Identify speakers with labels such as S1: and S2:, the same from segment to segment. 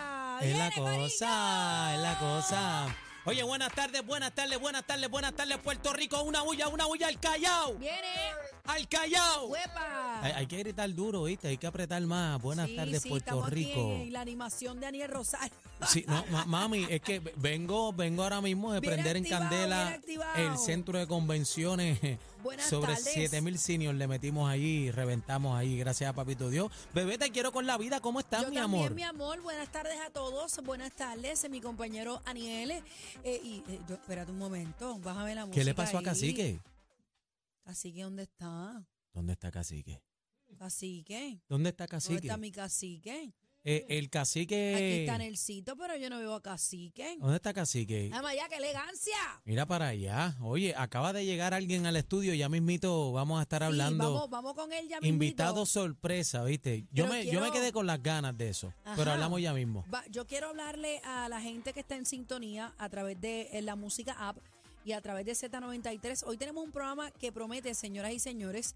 S1: la
S2: Dale, Corillo.
S1: cosa, es la cosa. Oye, buenas tardes, buenas tardes, buenas tardes, buenas tardes, Puerto Rico. Una bulla, una bulla, al Callao.
S2: Viene.
S1: Al Callao.
S2: ¡Huepa!
S1: Hay, hay que gritar duro, ¿viste? Hay que apretar más. Buenas
S2: Sí,
S1: tardes,
S2: sí,
S1: Puerto
S2: estamos aquí
S1: Rico.
S2: en- en la animación de Aniel Rosario.
S1: Sí, no, ma- mami, es que vengo, vengo ahora mismo de
S2: Bien
S1: prender en
S2: activado, bien
S1: candela
S2: activado.
S1: el centro de convenciones.
S2: Buenas
S1: Sobre
S2: tardes.
S1: 7000 seniors le metimos ahí, reventamos ahí, gracias a Papito Dios. Bebé, te quiero con la vida, ¿cómo estás,
S2: Yo
S1: mi
S2: también,
S1: amor?
S2: mi amor. Buenas tardes a todos. Buenas tardes, mi compañero Aniel. Eh, y eh, yo- espérate un momento, bájame la música.
S1: ¿Qué le pasó a
S2: ahí.
S1: Cacique?
S2: Cacique, ¿dónde está?
S1: ¿Dónde está Cacique?
S2: Cacique.
S1: ¿Dónde está
S2: ¿Dónde
S1: Cacique?
S2: está mi cacique?
S1: Eh, el Cacique.
S2: Aquí está Nelcito, pero yo no veo a cacique.
S1: ¿Dónde está Cacique?
S2: Además, ya, qué elegancia.
S1: Mira para allá. Oye, acaba de llegar alguien al estudio, ya mismito vamos a estar hablando.
S2: Sí, vamos, vamos con él ya mismito.
S1: Invitado sorpresa, ¿viste? Yo
S2: Pero
S1: me, yo
S2: quiero-
S1: me quedé con las ganas de eso, pero
S2: Ajá.
S1: hablamos ya mismo.
S2: Va- yo quiero hablarle a la gente que está en sintonía a través de eh, la música app y a través de Z93. Hoy tenemos un programa que promete, señoras y señores.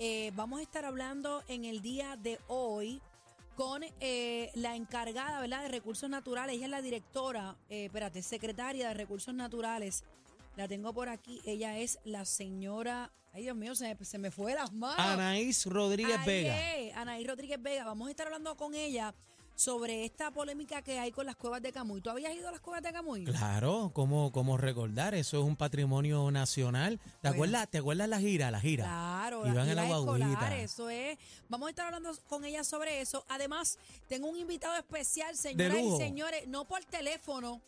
S2: Eh, vamos a estar hablando en el día de hoy con eh, la encargada ¿verdad? de recursos naturales. Ella es la directora, eh, espérate, secretaria de recursos naturales. La tengo por aquí. Ella es la señora. Ay, Dios mío, se, se me fue las manos.
S1: Anaís Rodríguez
S2: Ahí
S1: Vega.
S2: es, Anaí Rodríguez Vega. Vamos a estar hablando con ella sobre esta polémica que hay con las cuevas de Camuy. ¿Tú habías ido a las cuevas de Camuy?
S1: Claro, como, como recordar, eso es un patrimonio nacional. ¿Te
S2: Bueno.
S1: acuerdas? ¿Te acuerdas la gira? La gira.
S2: Claro,
S1: Iván
S2: las
S1: en la
S2: giras
S1: guaguita.
S2: escolares, eso es. Vamos a estar hablando con ella sobre eso. Además, tengo un invitado especial, señoras y
S1: lujo.
S2: señores, no por teléfono.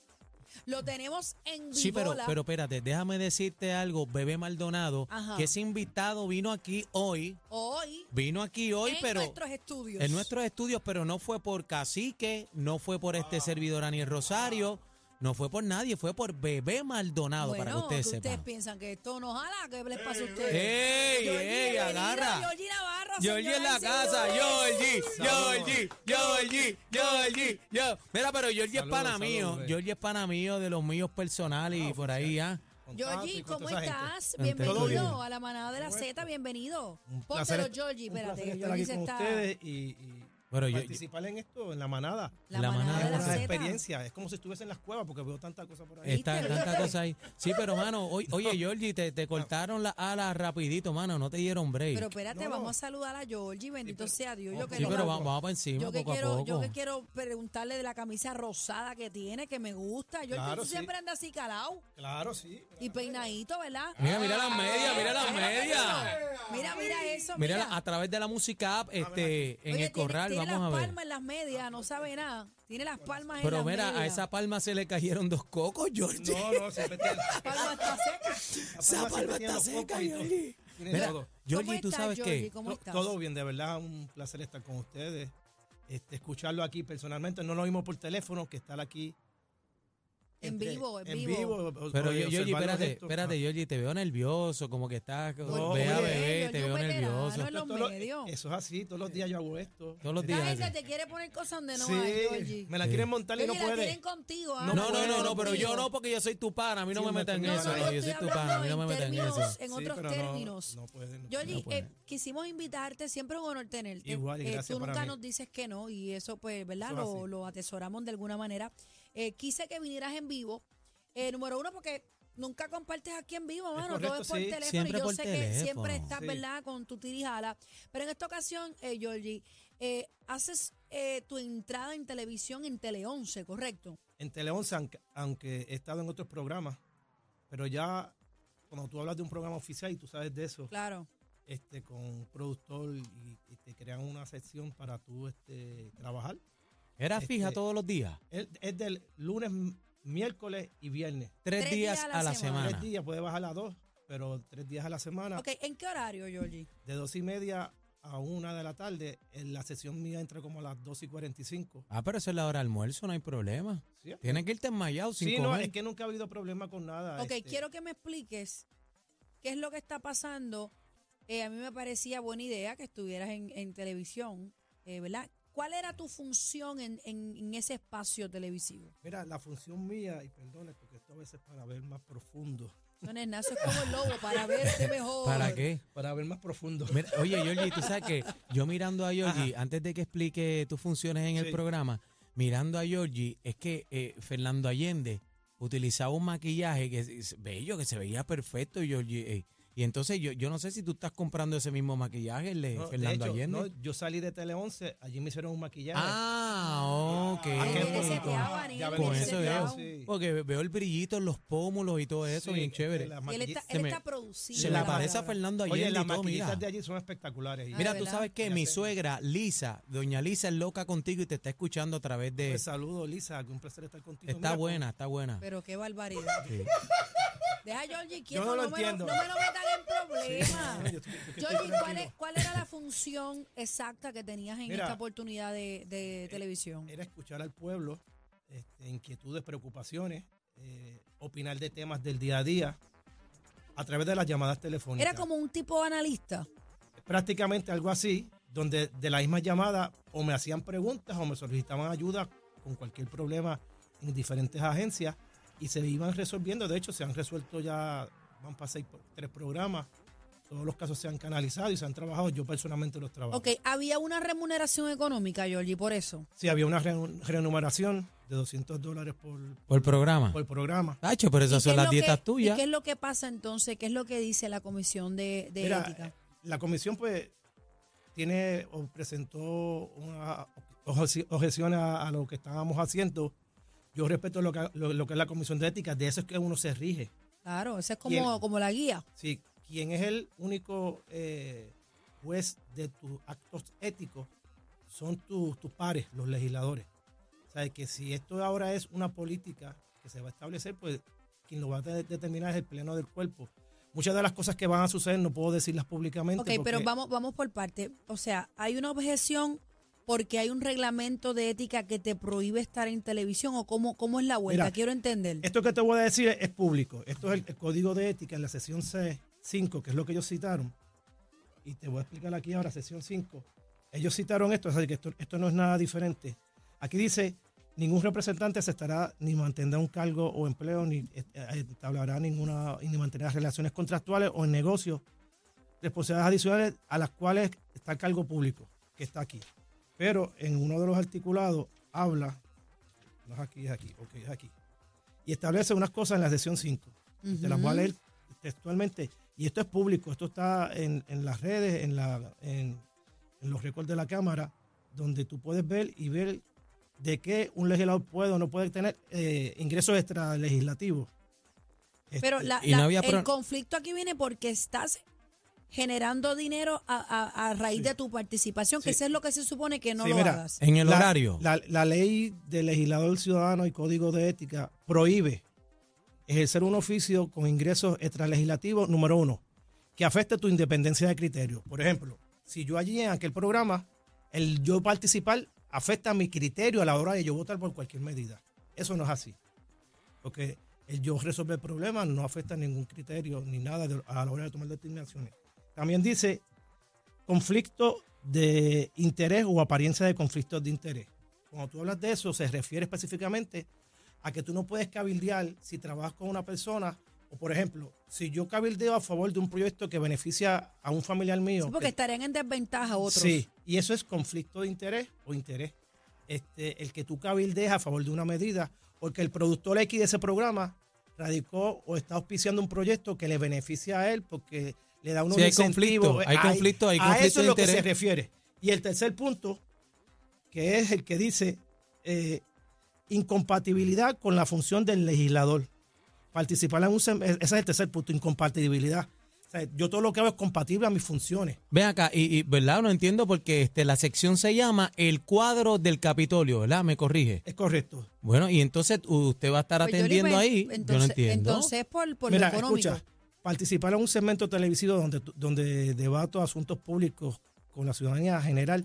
S2: Lo tenemos en
S1: Sí, pero,
S2: vivola.
S1: pero espérate, déjame decirte algo, Bebé Maldonado,
S2: Ajá.
S1: que ese invitado vino aquí hoy,
S2: hoy,
S1: vino aquí hoy,
S2: en
S1: pero
S2: nuestros estudios.
S1: en nuestros estudios, pero no fue por Cacique, no fue por este servidor Aniel Rosario, no fue por nadie, fue por Bebé Maldonado,
S2: bueno,
S1: para que ustedes
S2: ustedes
S1: sepan.
S2: piensan que esto no jala, que les pasa a ustedes.
S1: ¡Ey,
S2: Georgie,
S1: ey,
S2: bienvenida,
S1: agarra!
S2: Georgie Navarro,
S1: Georgie en la
S2: señoras y
S1: casa,
S2: señores.
S1: Georgie, Georgie, Georgie, Georgie, yo. Mira, pero Georgie es
S3: Saludos,
S1: pana
S3: saludos,
S1: mío,
S3: bebé.
S1: Georgie es pana mío de los míos personales
S2: Ah,
S1: y por ahí ah, ya.
S3: Con
S2: Georgie,
S3: Tato y con
S2: ¿cómo
S3: toda esa gente.
S2: estás?
S1: Ante todo bien.
S2: Bienvenido a la manada de la Z, bienvenido.
S3: Un placer
S2: Póntelo,
S3: est-
S2: Georgie,
S3: un
S2: espérate,
S3: placer
S2: que
S3: estar
S2: Georgie
S3: aquí
S2: se
S3: con
S2: está...
S3: ustedes y, y
S1: Pero yo- yo-
S3: participar en esto, en la manada.
S2: La,
S1: La
S2: manada,
S1: manada
S3: Es
S2: de la
S3: una
S1: Zeta.
S2: Z.
S3: experiencia, es como si estuviese en las cuevas porque veo tanta cosa por ahí.
S2: ¿Viste?
S1: Está tanta
S2: ¿Viste?
S1: cosa ahí. Sí, pero mano, oye, oye Georgie, te, te cortaron las alas rapidito, mano, no te dieron break.
S2: Ah. Pero espérate,
S3: No, no.
S2: vamos a saludar a Georgie, bendito sea Dios. Yo que
S1: sí,
S2: lo-
S1: pero
S3: no,
S1: vamos, vamos para encima
S2: yo que
S1: poco
S2: quiero,
S1: a
S2: yo
S1: poco.
S2: que quiero preguntarle de la camisa rosada que tiene, que me gusta. Georgie
S3: Claro,
S2: tú
S3: sí.
S2: siempre anda así calado
S3: Claro, sí.
S2: y peinadito, ¿verdad?
S1: Mira, mira las medias, mira las
S2: Mira,
S1: medias.
S2: Mira, mira eso,
S1: Mira,
S2: mira.
S1: la- a través de la música app, este, en
S2: Oye,
S1: el corral,
S2: tiene, tiene
S1: vamos a
S2: las
S1: ver.
S2: palmas en las medias, no sabe nada. Tiene las palmas en
S1: Pero
S2: las
S1: mira,
S2: medias.
S1: a esa palma se le cayeron dos cocos, Georgie.
S3: No, no, siempre te,
S2: palma está seca.
S1: Esa palma está seca, Georgie. Mira,
S3: todo.
S1: Georgie, tú
S2: estás,
S1: sabes
S2: Georgie?
S1: que
S2: ¿Cómo estás?
S3: Todo bien, de verdad, un placer estar con ustedes. Este, escucharlo aquí personalmente, no lo vimos por teléfono, que estar aquí.
S2: En vivo, en vivo.
S3: o-
S1: Pero
S3: o-
S1: yo, Georgie,
S3: observarnos
S1: espérate,
S3: pues, esto.
S1: espérate, Georgie, te veo nervioso, como que estás,
S3: No,
S1: ve a
S3: hombre,
S1: bebé, te
S2: Georgie,
S1: veo
S2: un veterano,
S1: nervioso.
S2: en los
S3: Todos los- eh,
S2: medios.
S3: Eso es así, todos los días yo hago esto.
S1: Todos los
S2: La
S1: días.
S2: gente
S1: así.
S2: te quiere poner cosas donde no hay,
S3: Sí,
S2: Georgie.
S3: me la
S1: Sí.
S3: quieren montar y
S2: Oye,
S3: no
S2: la tienen
S3: puede.
S2: contigo. ah,
S3: No,
S1: No, no, no,
S2: pueden
S1: no, pero yo
S2: contigo.
S1: no, porque yo soy tu pana, a mí no
S3: Sí,
S1: me
S3: no
S1: metan en
S3: puedo.
S2: No,
S1: eso,
S2: no,
S3: Eso,
S2: yo
S1: yo soy
S2: estoy
S1: tu
S2: hablando
S1: pana, a mí no me
S2: en
S1: metan en
S2: términos,
S1: eso.
S2: en
S3: Sí,
S2: otros
S3: pero no-
S2: términos.
S3: No, puede, no.
S2: Georgie,
S1: No puede.
S2: eh, quisimos invitarte, siempre es un honor tenerte.
S3: Ah, pues. Igual, y
S2: Eh,
S3: gracias
S2: tú
S3: para
S2: nunca
S3: mí.
S2: nos dices que no y eso pues, ¿verdad?
S3: Eso es
S2: lo,
S3: así.
S2: lo atesoramos de alguna manera. Eh, quise que vinieras en vivo, Eh, número uno, porque nunca compartes aquí en vivo, mano, todo
S3: correcto,
S2: es por
S3: sí.
S2: teléfono
S1: Siempre
S2: y yo
S1: por
S2: sé que
S1: teléfono.
S2: siempre estás,
S3: Sí.
S2: ¿verdad? Con tu tirijala. Pero en esta ocasión, eh, Georgie, eh, haces eh, tu entrada en televisión en Tele 11, ¿correcto?
S3: en Tele 11, aunque, aunque he estado en otros programas, pero ya cuando tú hablas de un programa oficial y tú sabes de eso,
S2: Claro.
S3: este, con un productor y, y te crean una sección para tú este, trabajar,
S1: Era
S3: Este-
S1: fija todos los días,
S3: es, es del lunes, m- miércoles y viernes.
S1: tres días a la semana.
S3: Tres días, puede bajar a dos, pero tres días a la semana,
S2: Ok, ¿en qué horario, Georgie?
S3: de dos y media a una de la tarde, en la sesión mía entra como a las dos y cuarenta y cinco.
S1: Ah, pero esa es la hora de almuerzo, no hay problema.
S3: Sí,
S1: Tienes que irte enmayado sin
S3: Sí,
S1: comer.
S3: no, es que nunca ha habido problema con nada.
S2: Ok,
S3: este,
S2: quiero que me expliques qué es lo que está pasando. Eh, a mí me parecía buena idea que estuvieras en, en televisión, eh, ¿verdad? ¿Cuál era tu función en, en- en ese espacio televisivo?
S3: Mira, la función mía, y perdone, porque esto a veces es para ver más profundo.
S2: Don Ignacio es como el lobo para verte mejor.
S1: ¿Para qué?
S3: Para ver más profundo.
S1: Mira, oye, Georgie, tú sabes que yo mirando a Georgie, antes de que explique tus funciones en el
S3: Sí.
S1: programa, mirando a Georgie, es que eh, Fernando Allende utilizaba un maquillaje que es, es bello, que se veía perfecto, Georgie. eh, y entonces yo, yo no sé si tú estás comprando ese mismo maquillaje, el de
S3: No, de
S1: Fernando
S3: hecho,
S1: Allende.
S3: no, yo salí de Tele 11, allí me hicieron un maquillaje.
S1: ah, ok.
S2: Ah, que
S3: aquel
S2: le
S3: bonito.
S2: seteaba, Ariel,
S3: Ya
S2: le
S3: venía
S1: Con eso
S2: veo.
S3: seteado, sí.
S1: Porque ve- veo el brillito en los pómulos y todo eso,
S3: Sí,
S1: bien chévere.
S3: la
S2: Y él
S3: maquilla-
S2: está,
S1: Se
S2: él
S1: me-
S2: está producido.
S1: Se
S3: la
S1: me
S2: la
S1: parece a
S2: palabra.
S1: Fernando Allende
S3: Oye,
S1: y
S3: las
S1: todo, mira.
S3: maquillistas de allí son espectaculares.
S2: Ah,
S1: Mira,
S2: de
S1: tú
S2: verdad.
S1: sabes que
S3: Ya
S1: mi
S3: sé.
S1: suegra, Lisa, doña Lisa es loca contigo y te está escuchando a través de...
S3: Pues saludo, Lisa. Un placer estar contigo.
S1: eh. está
S3: Mira,
S1: buena, está buena.
S2: Pero qué barbaridad.
S1: Sí.
S2: Deja a Georgie quieto,
S3: no lo
S2: no, me lo,
S3: entiendo.
S2: no me lo metan en
S3: con-
S2: problemas.
S3: yo estoy- yo estoy
S2: Georgie, ¿cuál,
S3: tranquilo.
S2: es- cuál era la función exacta que tenías en
S3: Mira,
S2: esta oportunidad de, de televisión?
S3: Era escuchar al pueblo, este, inquietudes, preocupaciones, eh, opinar de temas del día a día a través de las llamadas telefónicas.
S2: Era como un tipo analista.
S3: prácticamente algo así, donde de la misma llamada o me hacían preguntas o me solicitaban ayuda con cualquier problema en diferentes agencias y se iban resolviendo. De hecho, se han resuelto ya, van para seis, tres programas. Todos los casos se han canalizado y se han trabajado. Yo personalmente los trabajo.
S2: Ok, había una remuneración económica, Georgie, por eso.
S3: Sí, había una re- remuneración de 200 dólares por,
S1: Por el programa.
S3: por programa.
S1: Tacho, pero
S2: ¿Y
S1: esas
S2: qué es
S1: son las
S2: lo que-
S1: dietas tuyas.
S2: ¿Y qué es lo que pasa entonces? ¿Qué es lo que dice la comisión de, de
S3: Mira, eh,
S2: ética?
S3: la comisión pues tiene o presentó una obje- objeción a, a lo que estábamos haciendo. Yo respeto lo que, lo, lo que es la comisión de ética, de eso es que uno se rige.
S2: Claro, esa es
S3: y el-
S2: como, como la guía.
S3: Si quien es el único eh, juez de tus actos éticos son tus tus pares, los legisladores. O sea, que si esto ahora es una política que se va a establecer, pues quien lo va a de- determinar es el pleno del cuerpo. Muchas de las cosas que van a suceder no puedo decirlas públicamente.
S2: Ok, pero
S3: porque-
S2: vamos, vamos por parte. O sea, hay una objeción porque hay un reglamento de ética que te prohíbe estar en televisión o cómo, cómo es la vuelta.
S3: Mira,
S2: Quiero entender.
S3: Esto que te voy a decir es, es público. Esto es el, el código de ética en la sesión C, 5, que es lo que ellos citaron. Y te voy a explicar aquí ahora, sesión 5. Ellos citaron esto, así que esto, esto no es nada diferente. Aquí dice, ningún representante se estará ni mantendrá un cargo o empleo, ni eh, establecerá ninguna, ni mantendrá relaciones contractuales o en negocios, responsabilidades adicionales a las cuales está el cargo público, que está aquí. Pero en uno de los articulados habla, no es aquí, es aquí, ok, es aquí y establece unas cosas en la sesión 5. Te las voy a
S2: Ujú.
S3: leer textualmente. Y esto es público, esto está en, en las redes, en, la, en, en los récords de la Cámara, donde tú puedes ver y ver de qué un legislador puede o no puede tener eh, ingresos extralegislativos. Este,
S2: Pero la-
S1: Y no
S2: la-
S1: había pro-
S2: el conflicto aquí viene porque estás generando dinero a, a- a raíz
S3: Sí.
S2: de tu participación, que
S3: Sí.
S2: eso es lo que se supone que no
S3: Sí,
S2: lo
S3: mira,
S2: hagas.
S1: en el
S3: la-
S1: horario.
S3: La, la ley de legislador ciudadano y código de ética prohíbe ejercer un oficio con ingresos extralegislativos, número uno, que afecte tu independencia de criterio. Por ejemplo, si yo allí en aquel programa, el yo participar afecta mi criterio a la hora de yo votar por cualquier medida. Eso no es así. Porque el yo resolver problemas no afecta ningún criterio ni nada de- a la hora de tomar determinaciones. También dice conflicto de interés o apariencia de conflictos de interés. Cuando tú hablas de eso, se refiere específicamente a que tú no puedes cabildear si trabajas con una persona. O, por ejemplo, si yo cabildeo a favor de un proyecto que beneficia a un familiar mío.
S2: Sí, porque
S3: que-
S2: estarían en desventaja otros.
S3: Sí, y eso es conflicto de interés o interés. Este, el que tú cabildees a favor de una medida o el que el productor X de ese programa radicó o está auspiciando un proyecto que le beneficia a él porque le da unos
S1: Sí, hay
S3: incentivos.
S1: conflicto, hay
S3: A-
S1: conflicto, hay
S3: A
S1: conflicto
S3: eso
S1: de
S3: es lo que
S1: interés.
S3: se refiere. Y el tercer punto, que es el que dice eh, incompatibilidad con la función del legislador. Participar en un... sem- Ese es el tercer punto, incompatibilidad. O sea, yo todo lo que hago es compatible a mis funciones.
S1: Ven acá, y, y, ¿verdad? No entiendo porque este, la sección se llama El cuadro del Capitolio, ¿verdad? Me corrige.
S3: Es correcto.
S1: Bueno, y entonces u- usted va a estar
S2: Pues, Yoli,
S1: atendiendo
S2: pues,
S1: ahí. yo no
S2: entonces-
S1: entiendo.
S2: Entonces, por, por
S3: Mira,
S2: lo económico.
S3: escucha, participar en un segmento televisivo donde, donde debato asuntos públicos con la ciudadanía general,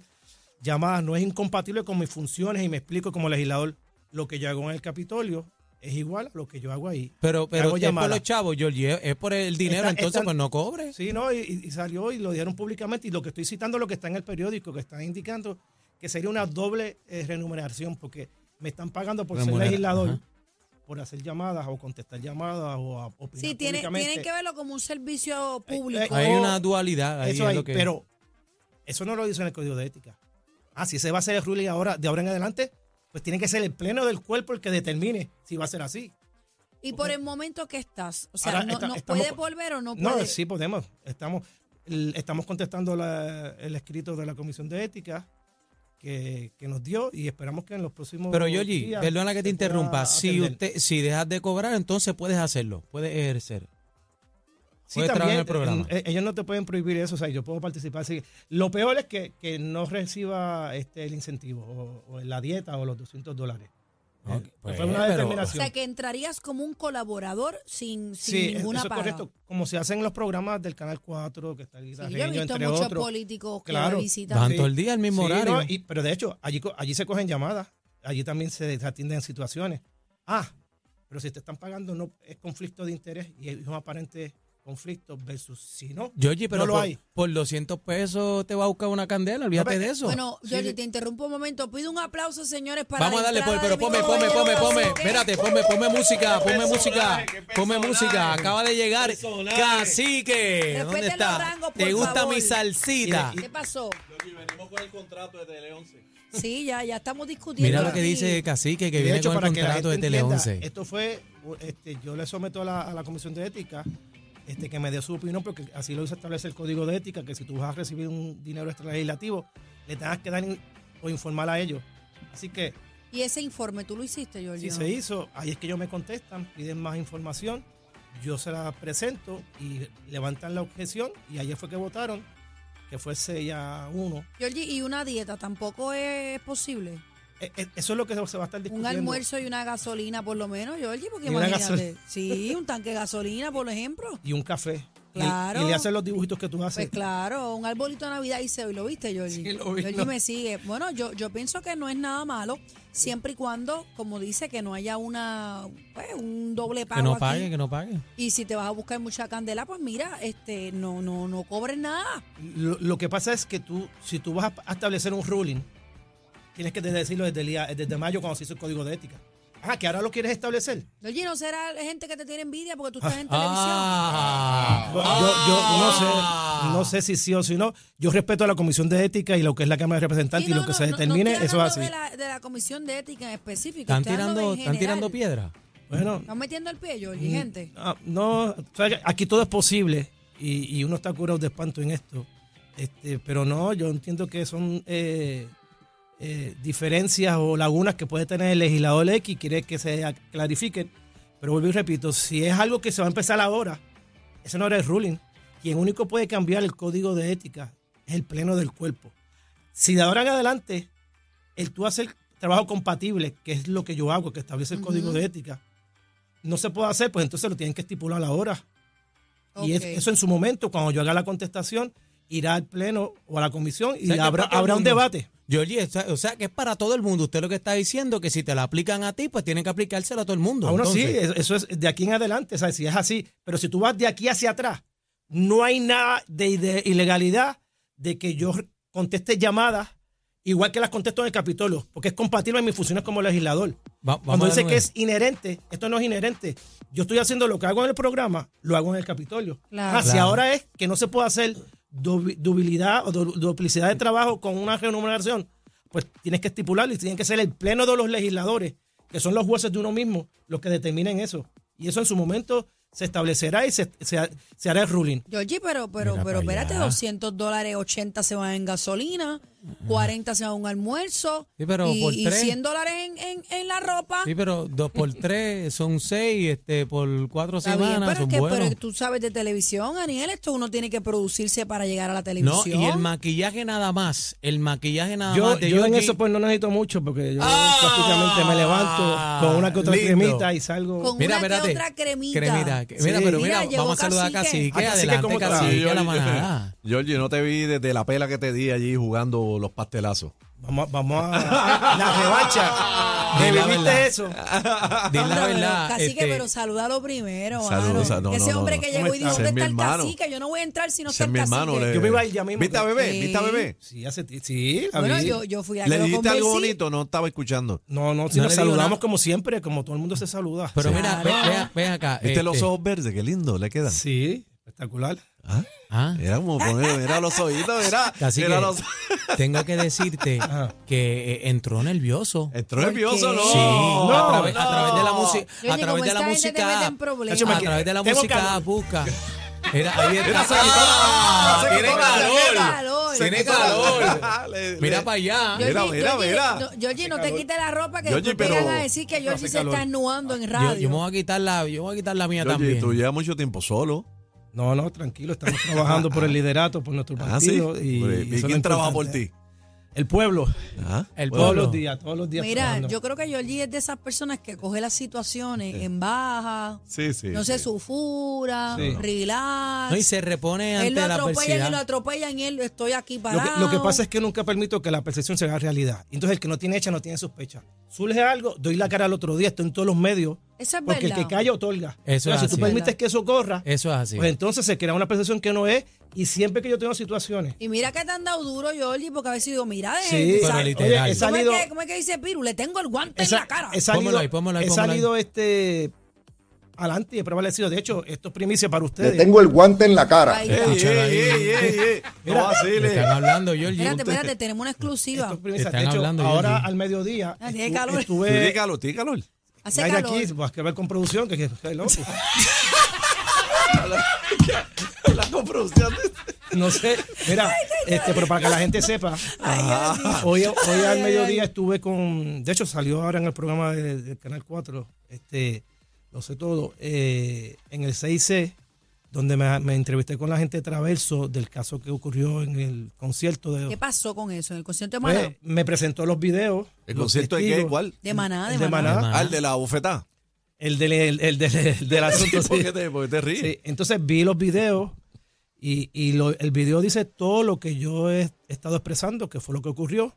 S3: llamadas, no es incompatible con mis funciones y me explico como legislador. Lo que yo hago en el Capitolio es igual a lo que yo hago ahí.
S1: pero pero
S3: hago
S1: es por
S3: llamada.
S1: los chavos, Georgie, es- es por el dinero,
S3: Está-
S1: entonces
S3: están-
S1: pues no cobre.
S3: Sí, no, y, y salió y lo dieron públicamente. Y lo que estoy citando es lo que está en el periódico, que está indicando que sería una doble eh, remuneración, porque me están pagando por
S1: Remunera-
S3: ser legislador,
S1: ajá.
S3: por hacer llamadas o contestar llamadas o a opinar
S2: Sí, tiene,
S3: públicamente.
S2: tienen que verlo como un
S1: Eh,
S2: servicio público.
S1: Hay una dualidad ahí
S3: Eso
S1: es
S3: ahí,
S1: lo que-
S3: pero eso no lo dice en el código de ética. Ah, si ese va a ser el ruling ahora, de ahora en adelante, pues tiene que ser el pleno del cuerpo el que determine si va a ser así.
S2: Y por el momento que estás, o sea,
S3: Ahora
S2: no,
S3: está-
S2: ¿nos
S3: estamos-
S2: puedes volver o no
S3: No,
S2: puedes?
S3: sí podemos. Estamos, el- estamos contestando la- el escrito de la Comisión de Ética que, que nos dio y esperamos que en los próximos
S1: Pero Yoyi,
S3: días
S1: perdona que te
S3: se pueda
S1: interrumpa. Si
S3: atender.
S1: usted, si dejas de cobrar, entonces puedes hacerlo, puedes ejercer.
S3: Sí,
S1: puede trabajar en el
S3: también,
S1: programa.
S3: eh, eh, ellos no te pueden prohibir eso, o sea, yo puedo participar. Así que lo peor es que, que no reciba este, el incentivo o, o la dieta o los 200 dólares. Eh,
S1: Ok, pues,
S3: fue una
S1: pero-
S2: O
S3: determinación.
S2: sea, que entrarías como un colaborador sin, sin ninguna
S3: eso es
S2: paga.
S3: correcto. Como se hacen en los programas del Canal 4, que está el
S2: Sí, yo he
S3: guitarreño,
S2: visto
S3: entre
S2: muchos
S3: otros.
S2: políticos que
S3: Claro.
S2: visitan.
S1: Van
S3: Sí.
S1: todo el día al mismo
S3: Sí,
S1: horario.
S3: no, y- pero de hecho, allí, co- allí se cogen llamadas, allí también se atienden situaciones. Ah, pero si te están pagando no es conflicto de interés y es un aparente conflicto versus si no.
S1: Yoyi, pero
S3: No lo
S1: por,
S3: hay.
S1: por 200 pesos te va a buscar una candela, olvídate de
S3: No, pero-
S1: eso.
S2: Bueno,
S3: Sí,
S2: Jordi,
S3: sí.
S2: te interrumpo un momento. Pido un aplauso, señores, para
S1: Vamos a
S2: la
S1: darle, por,
S2: entrada
S1: pero
S2: de mi
S1: ponme, ponme,
S2: compañero
S1: ponme, ponme.
S2: Cacique.
S1: Espérate, ponme, ponme música, ponme música,
S4: personaje, qué
S1: ponme música.
S4: personaje.
S1: Acaba de llegar
S4: Personaje.
S1: Cacique. ¿Dónde
S2: Respeten los
S1: está?
S2: rangos,
S1: ¿Te
S2: por
S1: gusta
S2: favor.
S1: mi salsita?
S2: ¿Qué pasó?
S4: Yogi, venimos con el contrato de Tele 11.
S2: Sí, ya, ya estamos discutiendo.
S1: Mira lo que
S2: aquí.
S1: dice Cacique, que
S3: Y de
S1: viene
S3: hecho,
S1: con
S3: para
S1: el
S3: que la
S1: contrato de
S3: gente
S1: Tele
S3: entienda,
S1: 11.
S3: Esto fue, este, yo le someto a la, a la Comisión de Ética este, que me dé su opinión, porque así lo establece el Código de Ética, que si tú vas a recibir un dinero extralegislativo, le tengas que dar in- o informar a ellos. Así que
S2: Y ese informe, ¿tú lo hiciste, Jordi?
S3: Si se hizo, ahí es que ellos me contestan, piden más información, yo se la presento y levantan la objeción y ayer fue que votaron, que fue 6 a 1.
S2: Jordi, y una dieta tampoco es posible.
S3: E- e- Eso es lo que se va a estar
S2: Un
S3: discutiendo.
S2: almuerzo y una gasolina, por lo menos, Jordi, porque
S3: Y una
S2: imagínate. Sí, un tanque de gasolina, por ejemplo.
S3: Y un café. Y-
S2: Claro.
S3: Y, le hacen los dibujitos que tú haces.
S2: Pues claro, un arbolito de Navidad hice hoy, ¿lo viste, Jordi?
S3: Sí, lo vi,
S2: Jordi
S3: lo-
S2: me sigue. Bueno, yo, yo pienso que no es nada malo, siempre y cuando, como dice, que no haya una pues, un doble pago
S1: Que no
S2: aquí.
S1: pague, que no pague.
S2: Y si te vas a buscar mucha candela, pues mira, este, no, no, no cobres nada.
S3: Lo, lo que pasa es que tú, si tú vas a- a establecer un ruling, tienes que decirlo desde, el día- desde mayo cuando se hizo el código de ética. Ah, que ahora lo quieres establecer.
S2: Jordi, no será gente que te tiene envidia porque tú estás en televisión.
S1: Ah,
S3: Yo,
S1: Ah.
S3: yo no sé, no sé si sí o si no. Yo respeto a la Comisión de Ética y lo que es la Cámara de Representantes
S2: Sí,
S3: y
S2: no,
S3: lo que
S2: no,
S3: se
S2: no, no
S3: determine,
S2: estoy
S3: eso es
S2: hablando
S3: así.
S2: De la, de la comisión de ética en específico.
S1: Están
S2: estoy hablando
S1: tirando,
S2: en
S1: están
S2: general.
S1: tirando Mm. piedra.
S3: Bueno,
S2: Están metiendo el pie, Jordi, gente.
S3: ah, no, o sea, aquí todo es posible y, y uno está curado de espanto en esto. Este, pero no, yo entiendo que son eh, eh, diferencias o lagunas que puede tener el legislador X y quiere que se ac- clarifiquen. Pero vuelvo y repito, si es algo que se va a empezar ahora, ese no era el ruling. Quien único puede cambiar el código de ética es el pleno del cuerpo. Si de ahora en adelante el tú hacer trabajo compatible, que es lo que yo hago, que establece el
S2: Ujú.
S3: código de ética, no se puede hacer, pues entonces lo tienen que estipular ahora. Y es-
S2: Ok.
S3: eso en su momento, cuando yo haga la contestación, irá al pleno o a la comisión
S1: O
S3: y
S1: sea, que
S3: habrá,
S1: para todo el
S3: habrá un
S1: mundo.
S3: debate.
S1: Georgie, o sea- o sea que es para todo el mundo. Usted lo que está diciendo que si te la aplican a ti, pues tienen que aplicárselo a todo el mundo.
S3: Aún así, eh,
S1: Entonces,
S3: eso- eso es de aquí en adelante, ¿sabes? Si es así. Pero si tú vas de aquí hacia atrás, no hay nada de, de ilegalidad de que yo conteste llamadas igual que las contesto en el Capitolio, porque es compatible en mis funciones como legislador.
S1: va- vamos
S3: Cuando
S1: a
S3: dice
S1: darle
S3: que
S1: un-
S3: es inherente, esto no es inherente. Yo estoy haciendo lo que hago en el programa, lo hago en el Capitolio.
S2: Claro.
S3: Así
S1: Claro.
S3: ahora es que no se puede hacer dubi- dubilidad o du- duplicidad de trabajo con una remuneración, pues tienes que estipularlo y tiene que ser el pleno de los legisladores, que son los jueces de uno mismo, los que determinen eso. Y eso en su momento se establecerá y se, se ha- se hará el ruling.
S2: Georgie, pero, pero,
S1: Mira
S2: pero
S1: pa'
S2: espérate,
S1: allá.
S2: 200 dólares, 80 se van en gasolina, 40 se van a un almuerzo,
S1: Mm. Sí, pero
S2: y,
S1: por
S2: y
S1: tres.
S2: 100 dólares en, en- en la ropa.
S1: Sí, pero dos por tres son seis, este, por cuatro
S2: Está bien,
S1: semanas
S2: pero,
S1: son
S2: es que,
S1: buenos.
S2: pero tú sabes de televisión, Aniel, esto uno tiene que producirse para llegar a la
S1: no,
S2: televisión.
S1: y el maquillaje nada más, el maquillaje nada
S3: Yo,
S1: más de
S3: yo en
S1: Georgie,
S3: eso pues no necesito mucho porque yo
S1: Ah,
S3: prácticamente me levanto con una que otra
S1: lindo.
S3: cremita y salgo.
S2: Con una que otra cremita.
S1: cremita, que- mira,
S3: Sí.
S1: pero mira,
S2: Mira, llegó
S1: vamos a saludar a
S2: Cacique.
S1: Cacique,
S3: Ah, Cacique,
S1: adelante
S3: ¿cómo está?
S1: Cacique,
S3: Sí,
S1: la manada.
S4: Giorgi, no te vi desde la pela que te di allí jugando los pastelazos.
S3: Vamos, vamos a la revancha. ¿Me
S1: Di la verdad.
S3: viviste eso?
S1: Di la
S2: Anda, pero,
S1: verdad,
S2: cacique,
S1: este,
S2: pero salúdalo primero.
S4: Saludo,
S2: mano.
S4: saludo, no,
S2: Ese
S4: no,
S2: hombre
S4: no,
S2: que
S4: no.
S2: llegó y dijo:
S4: Ese es
S2: ¿Dónde
S4: mi
S2: está el
S4: hermano.
S2: cacique? Yo no voy a entrar si no está
S4: Ese es
S2: el
S4: mi hermano.
S2: cacique.
S4: le-
S3: Yo me iba a ir ya mismo.
S4: ¿Viste a bebé?
S2: Sí.
S4: ¿Viste a bebé?
S3: Sí, hace ti- sí, la
S2: Bueno,
S3: vi.
S2: yo, yo fui a
S4: ¿Le
S2: que lo
S4: dijiste algo
S2: convencí.
S4: bonito? No estaba escuchando.
S3: No, no, si
S1: No
S3: nos
S1: le digo
S3: saludamos
S1: nada.
S3: como siempre, como todo el mundo se saluda.
S1: pero
S3: Sí.
S1: mira, ve, ve- ve acá.
S4: ¿Viste los
S1: este,
S4: ojos verdes? Qué lindo le quedan.
S3: Sí, Espectacular.
S4: Ah,
S1: Ah,
S4: Era como poner, mira los ojitos, mira.
S1: Cacique.
S4: mira los-
S1: tengo que decirte
S3: Ajá.
S1: que eh, entró nervioso.
S4: Entró
S2: ¿Por
S4: nervioso,
S2: qué?
S4: no.
S1: sí, a,
S4: no,
S1: través, a
S4: no.
S1: través de la
S2: Yo
S1: música, a
S2: digo,
S1: través
S2: pues,
S1: de la
S2: esta gente te mete
S1: música,
S2: en problemas.
S3: Cacho, me
S1: a través de la
S3: Tengo
S1: música
S3: calor.
S1: busca. Era, ahí está.
S4: se quitó la-
S1: Ah,
S4: se
S1: tiene
S4: quitó la
S1: calor.
S4: chaqueta.
S1: Se Tiene
S4: quitó la-
S1: calor.
S4: Le- le-
S1: Mira para allá.
S4: Yo- Mira, mira, mira.
S2: Georgie, no te quites la ropa que
S4: Georgie,
S2: después te
S4: pero-
S2: van a decir que Georgie se
S3: calor.
S2: está anuando en
S1: Yo,
S2: radio.
S1: yo me voy a quitar la, yo me voy a quitar la mía
S4: Oye,
S1: también.
S4: tú llevas mucho tiempo solo.
S3: No, no, tranquilo, estamos trabajando por el liderato, por nuestro
S4: Ah, sí.
S3: partido. y,
S4: Hombre,
S3: eso
S4: ¿Y,
S3: es lo
S4: quién trabaja por
S3: importante.
S4: ti?
S3: El pueblo.
S4: Ah,
S1: El
S4: bueno,
S3: Todos
S1: pueblo.
S3: los días, todos los días.
S2: Mira,
S3: trabajando.
S2: yo creo que Georgie es de esas personas que coge las situaciones en baja,
S4: Sí, sí.
S2: no se
S4: sí.
S2: sufura,
S3: Sí.
S2: relax.
S1: No, y se repone ante
S2: él lo
S1: la
S2: atropellan y lo
S1: adversidad.
S2: atropellan y él estoy aquí
S3: Lo
S2: parado.
S3: que, lo que pasa es que nunca permito que la percepción se haga realidad. Entonces, el que no tiene hecha no tiene sospecha. Surge algo, doy la cara al otro día, estoy en todos los medios.
S2: Eso es
S3: Porque
S2: verdad.
S3: el que calla otorga.
S1: Eso
S3: Entonces,
S1: es
S3: si tú
S1: así.
S3: permites
S2: Verdad.
S3: que eso corra,
S1: Eso es así.
S3: pues entonces se crea una percepción que no es. Y siempre que yo tengo situaciones.
S2: Y mira que te han dado duro, Georgie, porque a veces digo, mira, eh,
S3: Sí,
S1: pero
S2: ¿sabes?
S3: oye,
S1: literal.
S3: he
S2: ¿Cómo, es
S3: salido.
S2: que, cómo es que dice Piru? Le tengo el guante
S3: Esa-
S2: en la cara.
S3: He salido,
S1: Pómelo ahí, pómelo ahí,
S3: he
S1: pómelo ahí.
S3: salido este adelante y he prevalecido. De hecho, esto es primicia para
S5: Le
S3: ustedes.
S5: tengo el guante en la cara.
S2: Ay,
S4: Ey, ey,
S1: Escúchalo ahí.
S4: ey, ey, ey. No
S1: Le
S4: vaciles.
S1: están hablando, Georgie.
S2: espérate, espérate, tenemos una exclusiva.
S3: Esto es primicia.
S1: Están
S3: De hecho,
S1: hablando,
S3: ahora
S1: Georgie.
S3: al mediodía
S2: Ah, tiene
S3: estu-
S2: calor.
S3: estuve
S4: Tícalo, tícalo.
S2: Hace
S3: aire
S2: calor.
S3: aquí, pues, que ver con producción, que, que- que loco.
S4: La comproducción.
S3: No sé, mira, este, pero para que la gente sepa,
S2: Ah.
S3: hoy, hoy al mediodía estuve con, de hecho salió ahora en el programa de- del Canal 4, este, lo sé todo, eh, en el 6C, donde me, me entrevisté con la gente de Traverso del caso que ocurrió en el concierto de...
S2: ¿Qué pasó con eso? En el concierto de
S3: Pues,
S2: Maná.
S3: me presentó los videos.
S4: ¿El
S3: los
S4: concierto de qué?
S3: testigos,
S4: ¿Cuál?
S2: De Maná, Ah, de,
S3: el de
S2: Maná.
S3: Maná,
S1: Maná.
S4: Al de la bofetada.
S3: el del, el, el del, el del asunto.
S4: Sí, ¿Por
S3: sí.
S4: qué te, por qué te ríes?
S3: Sí, entonces vi los videos y, y lo- el video dice todo lo que yo he estado expresando, que fue lo que ocurrió.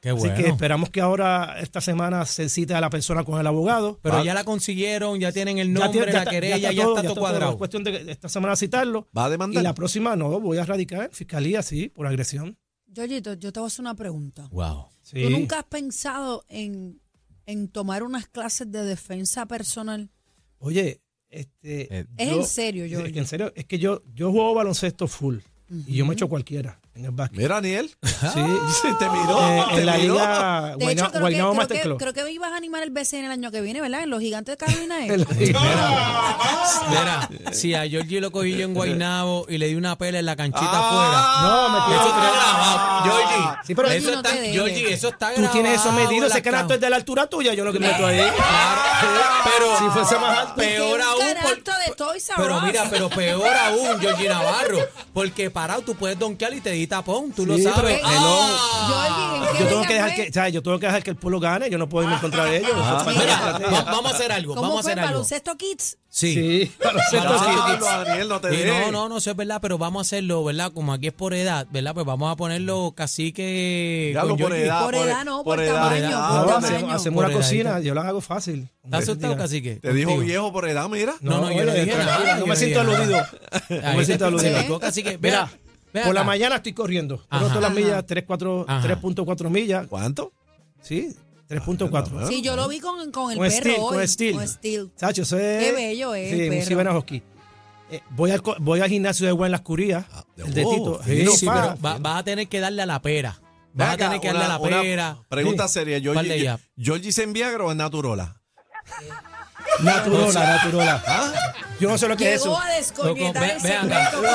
S1: Qué
S3: Así
S1: bueno.
S3: que esperamos que ahora esta semana se cite a la persona con el abogado.
S1: Pero
S4: Va-
S1: ya la consiguieron, ya tienen el nombre,
S3: tiene-
S1: la querella, ya está,
S3: todo,
S1: todo
S3: Es
S1: cuadrado.
S3: cuestión de que esta semana citarlo.
S4: ¿Va a
S3: Y
S4: demandar?
S3: la próxima no, voy a radicar en fiscalía, sí, por agresión.
S2: Georgito, yo te voy a hacer una pregunta.
S1: Wow.
S3: Sí.
S2: ¿Tú nunca has pensado en, en tomar unas clases de defensa personal?
S3: Oye, este.
S4: Eh,
S2: Es
S3: yo-
S2: en serio,
S3: es que
S2: Georgie.
S3: en serio, es que yo, yo juego baloncesto full y yo me echo cualquiera en el básquet.
S4: Mira, Ah, Aniel.
S3: Sí.
S4: Sí, te miró.
S3: Eh,
S4: te
S3: en la
S4: miró.
S3: liga
S2: De hecho, creo
S3: Guaynabo
S2: que,
S3: Guaynabo
S2: creo,
S3: Master
S2: que,
S3: Club.
S2: creo que ibas a animar el BCN el año que viene, ¿verdad? En los gigantes de Carolina. ¿eh?
S3: En la liga.
S4: Ah.
S1: Mira, si a Georgie lo cogí yo en Guaynabo y le di una pela en la canchita
S4: Ah,
S3: No, me
S1: afuera.
S3: tiene
S1: Eso está
S3: Ah.
S1: grabado. Georgie,
S3: Sí, pero
S1: eso,
S2: Georgie no
S1: está,
S2: te dejes.
S1: Georgie, eso está
S3: Tú
S1: grabado.
S3: tienes
S4: Ah,
S3: eso medido,
S1: la
S3: ese canasto
S1: ca-
S3: es de la altura tuya, yo lo que meto ahí.
S1: Claro, pero
S3: Si fuese más alto.
S1: peor
S2: Porque Pues un
S1: aún.
S2: canasto de Toys R
S1: pero
S2: Us.
S1: mira, pero peor aún, Georgie Navarro. Porque parado, tú puedes donkear y te di tapón, tú lo
S3: Sí,
S1: sabes.
S3: pero-
S2: Ven,
S1: Ah.
S2: Georgie, ¿en qué
S3: Yo tengo
S2: liga
S3: que dejar
S2: fue?
S3: que, o sea, yo tengo que dejar que el pueblo gane, yo no puedo irme en contra de ellos. eso es falta de
S1: Ah, Mira,
S3: estrategia.
S1: va- vamos a hacer algo,
S2: ¿Cómo
S1: vamos a
S2: fue
S1: hacer algo.
S2: baloncesto kids?
S1: Sí.
S3: Sí, baloncesto sí.
S4: Ah, no, Aniel, no te
S1: Y
S4: dejes.
S1: no, no, no, eso es verdad, pero vamos a hacerlo, ¿verdad? Como aquí es por edad, ¿verdad? Pues vamos a ponerlo cacique.
S4: Ya
S1: con
S4: lo por
S1: Georgie.
S4: edad.
S2: Por edad no, por
S4: edad.
S2: tamaño,
S4: Ah,
S3: No,
S2: por
S4: te-
S3: hacemos,
S2: tamaño.
S3: hacemos una
S1: Por edadito.
S3: cocina, yo las hago fácil.
S1: ¿Estás asustado,
S3: Diga.
S1: cacique?
S4: Te dijo
S1: Contigo.
S4: viejo por edad, mira.
S1: No, no, yo no dije
S3: tranquilo,
S1: nada, yo
S3: No
S1: no
S3: me siento
S1: dije
S3: aludido.
S1: Ahí
S3: No me
S1: te
S3: siento aludido.
S1: explicó, cacique.
S3: Mira,
S1: ve
S3: por la
S1: acá.
S3: mañana estoy corriendo.
S1: Ajá.
S3: Troto las
S2: Ajá.
S3: millas, 3, 4,
S1: Ajá.
S3: 3.4 millas.
S4: ¿Cuánto?
S3: Sí,
S4: Ah,
S3: 3.4.
S4: bueno.
S2: Sí, yo lo vi con, con el
S3: Con
S2: perro
S3: Steel,
S2: hoy.
S3: con Steel.
S2: Steel.
S3: Sacho, eso es.
S2: Qué bello es
S3: Sí,
S2: el
S3: un
S2: perro.
S3: Ciberajosquí. Eh, voy, al, co- voy al gimnasio de Gua en las Curías.
S4: Ah,
S3: el de
S4: oh,
S3: Tito.
S1: Sí,
S4: No,
S1: sí,
S3: pa.
S1: pero va- vas a tener que darle a la pera.
S4: Ven
S1: Vas a
S4: acá,
S1: tener que darle a la
S4: una- una
S1: pera.
S4: Pregunta seria,
S1: ¿Cuál de
S4: Georgie.
S1: ellas?
S4: ¿Georgie se en Viagra o en Naturola?
S3: Naturola, naturola. ¿Ah? Yo no sé lo que es
S2: Llegó
S3: eso.
S2: a desconectar
S1: Loco,
S2: el
S1: ve- vean acá.
S2: segmento.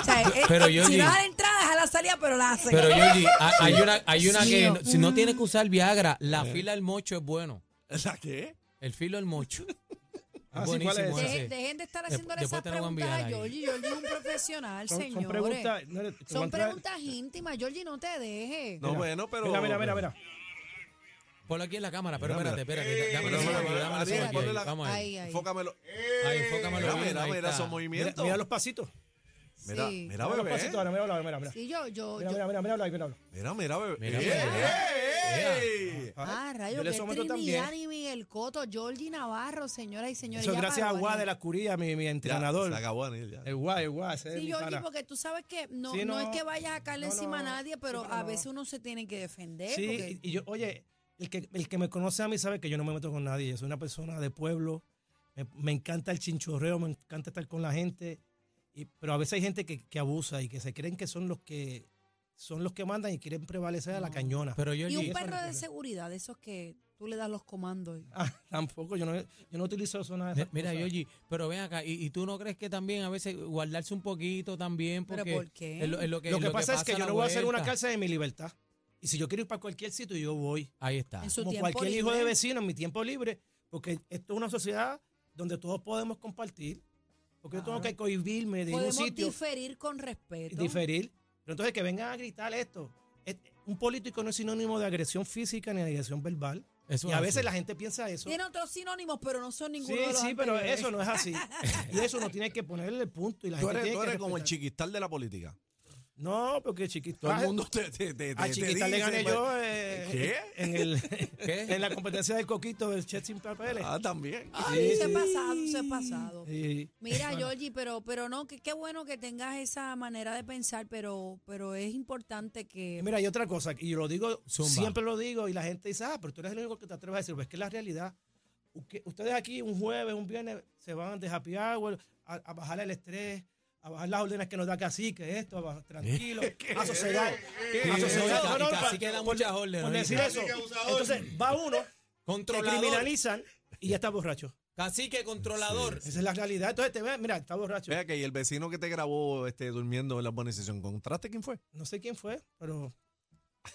S2: O sea, eh,
S1: Pero,
S2: si
S1: Georgie-
S2: vas a la entrada, deja la salida, pero la hace.
S1: Pero Georgie, ha- hay una, hay una
S2: Sí.
S1: que no- si no tienes que usar Viagra, la fila del mocho es bueno.
S4: ¿La qué?
S1: El filo del mocho.
S3: Ah,
S1: Es
S3: sí, ¿cuál es
S1: buenísimo
S3: ese?
S1: ese.
S2: Dejen, dejen de estar haciéndole
S1: después
S2: esas
S1: te lo voy a enviar
S2: preguntas a
S1: ahí.
S2: Georgie. Georgie es un profesional,
S3: Son- son
S2: señores.
S3: preguntas- no, te voy a
S2: Son
S3: entrar-
S2: preguntas íntimas. Georgie, no te dejes.
S4: No, bueno, pero.
S3: Mira, mira, mira, mira.
S1: Ponlo aquí en la cámara, pero
S4: Mira, Eh,
S1: espérate, espérate. Dámelo,
S4: mira,
S1: dámelo,
S4: mira,
S1: dámelo,
S4: Ariel,
S1: dámelo,
S4: ponle
S1: dámelo,
S4: la-
S1: Vamos ahí.
S2: Ahí, Eh, ahí.
S4: Enfócamelo.
S1: Ahí, enfócamalo
S4: Mira,
S1: bien,
S4: mira,
S1: ahí
S4: mira
S1: está.
S4: esos
S3: Mira,
S4: movimientos.
S3: mira los pasitos.
S4: Mira,
S2: Sí.
S4: mira,
S3: Mira los pasitos
S4: bebé.
S3: ahora, mira, mira, mira, mira.
S2: Sí, yo, yo,
S3: Mira,
S2: yo.
S3: mira, mira, mira, mira, mira.
S4: Mira, mira, bebé.
S1: Mira,
S4: ¡Ey,
S1: mira, mira.
S4: ey, ey!
S2: Ah,
S3: Yo
S2: rayo,
S3: le
S2: que
S3: someto
S2: Trinidad
S3: también.
S2: y Miguel Coto, Georgie Navarro, señoras y señores.
S3: Eso
S2: Ya
S3: gracias a
S2: paró,
S3: Guá de
S2: Daniel.
S3: la Curía, mi, mi
S4: Ya,
S3: entrenador.
S4: Se acabó, Daniel, ya.
S3: El Guá, el Guá, ese es
S2: Sí,
S3: mi
S2: Georgie,
S3: pana.
S2: porque tú sabes que no,
S3: Sí,
S2: no,
S3: no.
S2: es que vaya a caerle
S3: No,
S2: encima a
S3: no.
S2: nadie, pero
S3: Sí, pero
S2: a
S3: no.
S2: veces uno se tiene que defender. porque-
S3: Sí, y y yo, oye, el que, el que me conoce a mí sabe que yo no me meto con nadie. Yo soy una persona de pueblo. Me, me encanta el chinchorreo, me encanta estar con la gente. Y- pero a veces hay gente que, que abusa y que se creen que son los que son los que mandan y quieren prevalecer a la
S2: No.
S3: cañona.
S1: Pero yo
S2: Y un
S3: eso
S2: perro
S3: no
S2: de
S3: ocurre.
S2: seguridad, de esos que tú le das los comandos. y-
S3: Ah, tampoco, yo no, yo no utilizo eso nada de esas
S1: Mira,
S3: cosas.
S1: Yogi, pero ven acá, ¿y, y tú no crees que también a veces guardarse un poquito también?
S2: ¿Pero
S1: Porque
S2: por qué?
S1: es lo, es
S3: lo que pasa es que
S1: a
S3: yo
S1: la
S3: no voy a hacer una
S1: vuelta.
S3: cárcel de mi libertad. Y si yo quiero ir para cualquier sitio, yo voy.
S1: Ahí está.
S2: En su
S3: Como
S2: tiempo
S3: cualquier hijo
S2: libre.
S3: de vecino en mi tiempo libre, porque esto es una sociedad donde todos podemos compartir. Porque yo tengo
S2: Claro.
S3: que cohibirme de ir a un
S2: Podemos
S3: sitio
S2: diferir con
S3: y
S2: respeto.
S3: diferir. Pero entonces que vengan a gritar esto. Es- Un político no es sinónimo de agresión física ni de agresión verbal.
S1: Eso
S3: y
S1: es
S3: a
S1: así.
S3: veces la gente piensa eso.
S2: Tiene otros sinónimos, pero no son ninguno
S3: Sí,
S2: de los
S3: sí, pero
S2: anteriores.
S3: eso no es así. Y eso uno tiene que ponerle el punto. Y la
S4: Tú
S3: gente
S4: eres,
S3: tiene
S4: tú
S3: que
S4: eres como el
S3: respetar.
S4: chiquistal de la política.
S3: No, porque chiquito.
S4: Todo
S3: Ah,
S4: el mundo te, te, te,
S3: A
S4: te- te
S3: Chiquita le
S4: dice,
S3: gané
S4: pues,
S3: yo eh,
S4: ¿Qué?
S3: En, el,
S1: ¿Qué?
S3: en la competencia del coquito del chat sin papeles.
S4: Ah, también.
S2: Ay, eso es pasado, eso es pasado.
S3: Y-
S2: Mira,
S3: bueno,
S2: Georgie, pero, pero no, que- qué bueno que tengas esa manera de pensar, pero, pero es importante que...
S3: Eh, Mira, hay otra cosa, y yo lo digo,
S1: Zumba.
S3: siempre lo digo, y la gente dice, ah, pero tú eres el único que te atreves a decir, pues es que la realidad, u- que ustedes aquí un jueves, un viernes, se van de happy hour a, a bajar el estrés, a bajar las órdenes que nos da Cacique, esto, a bajar, tranquilo, a sosegar,
S1: Y-
S3: a sosegar.
S1: Eh. y-
S3: No, no,
S1: y
S3: no,
S1: Cacique
S3: pa-
S1: da
S3: por-
S1: muchas órdenes,
S3: por decir
S1: ¿no?
S3: eso. Entonces va uno, te
S1: Controlador.
S3: criminalizan y ya está borracho.
S1: Cacique controlador.
S3: Esa es la realidad. Entonces te ve, mira, está borracho.
S4: Vea que y el vecino que te grabó este, durmiendo en la urbanización, ¿contraste quién fue?
S3: No sé quién fue, pero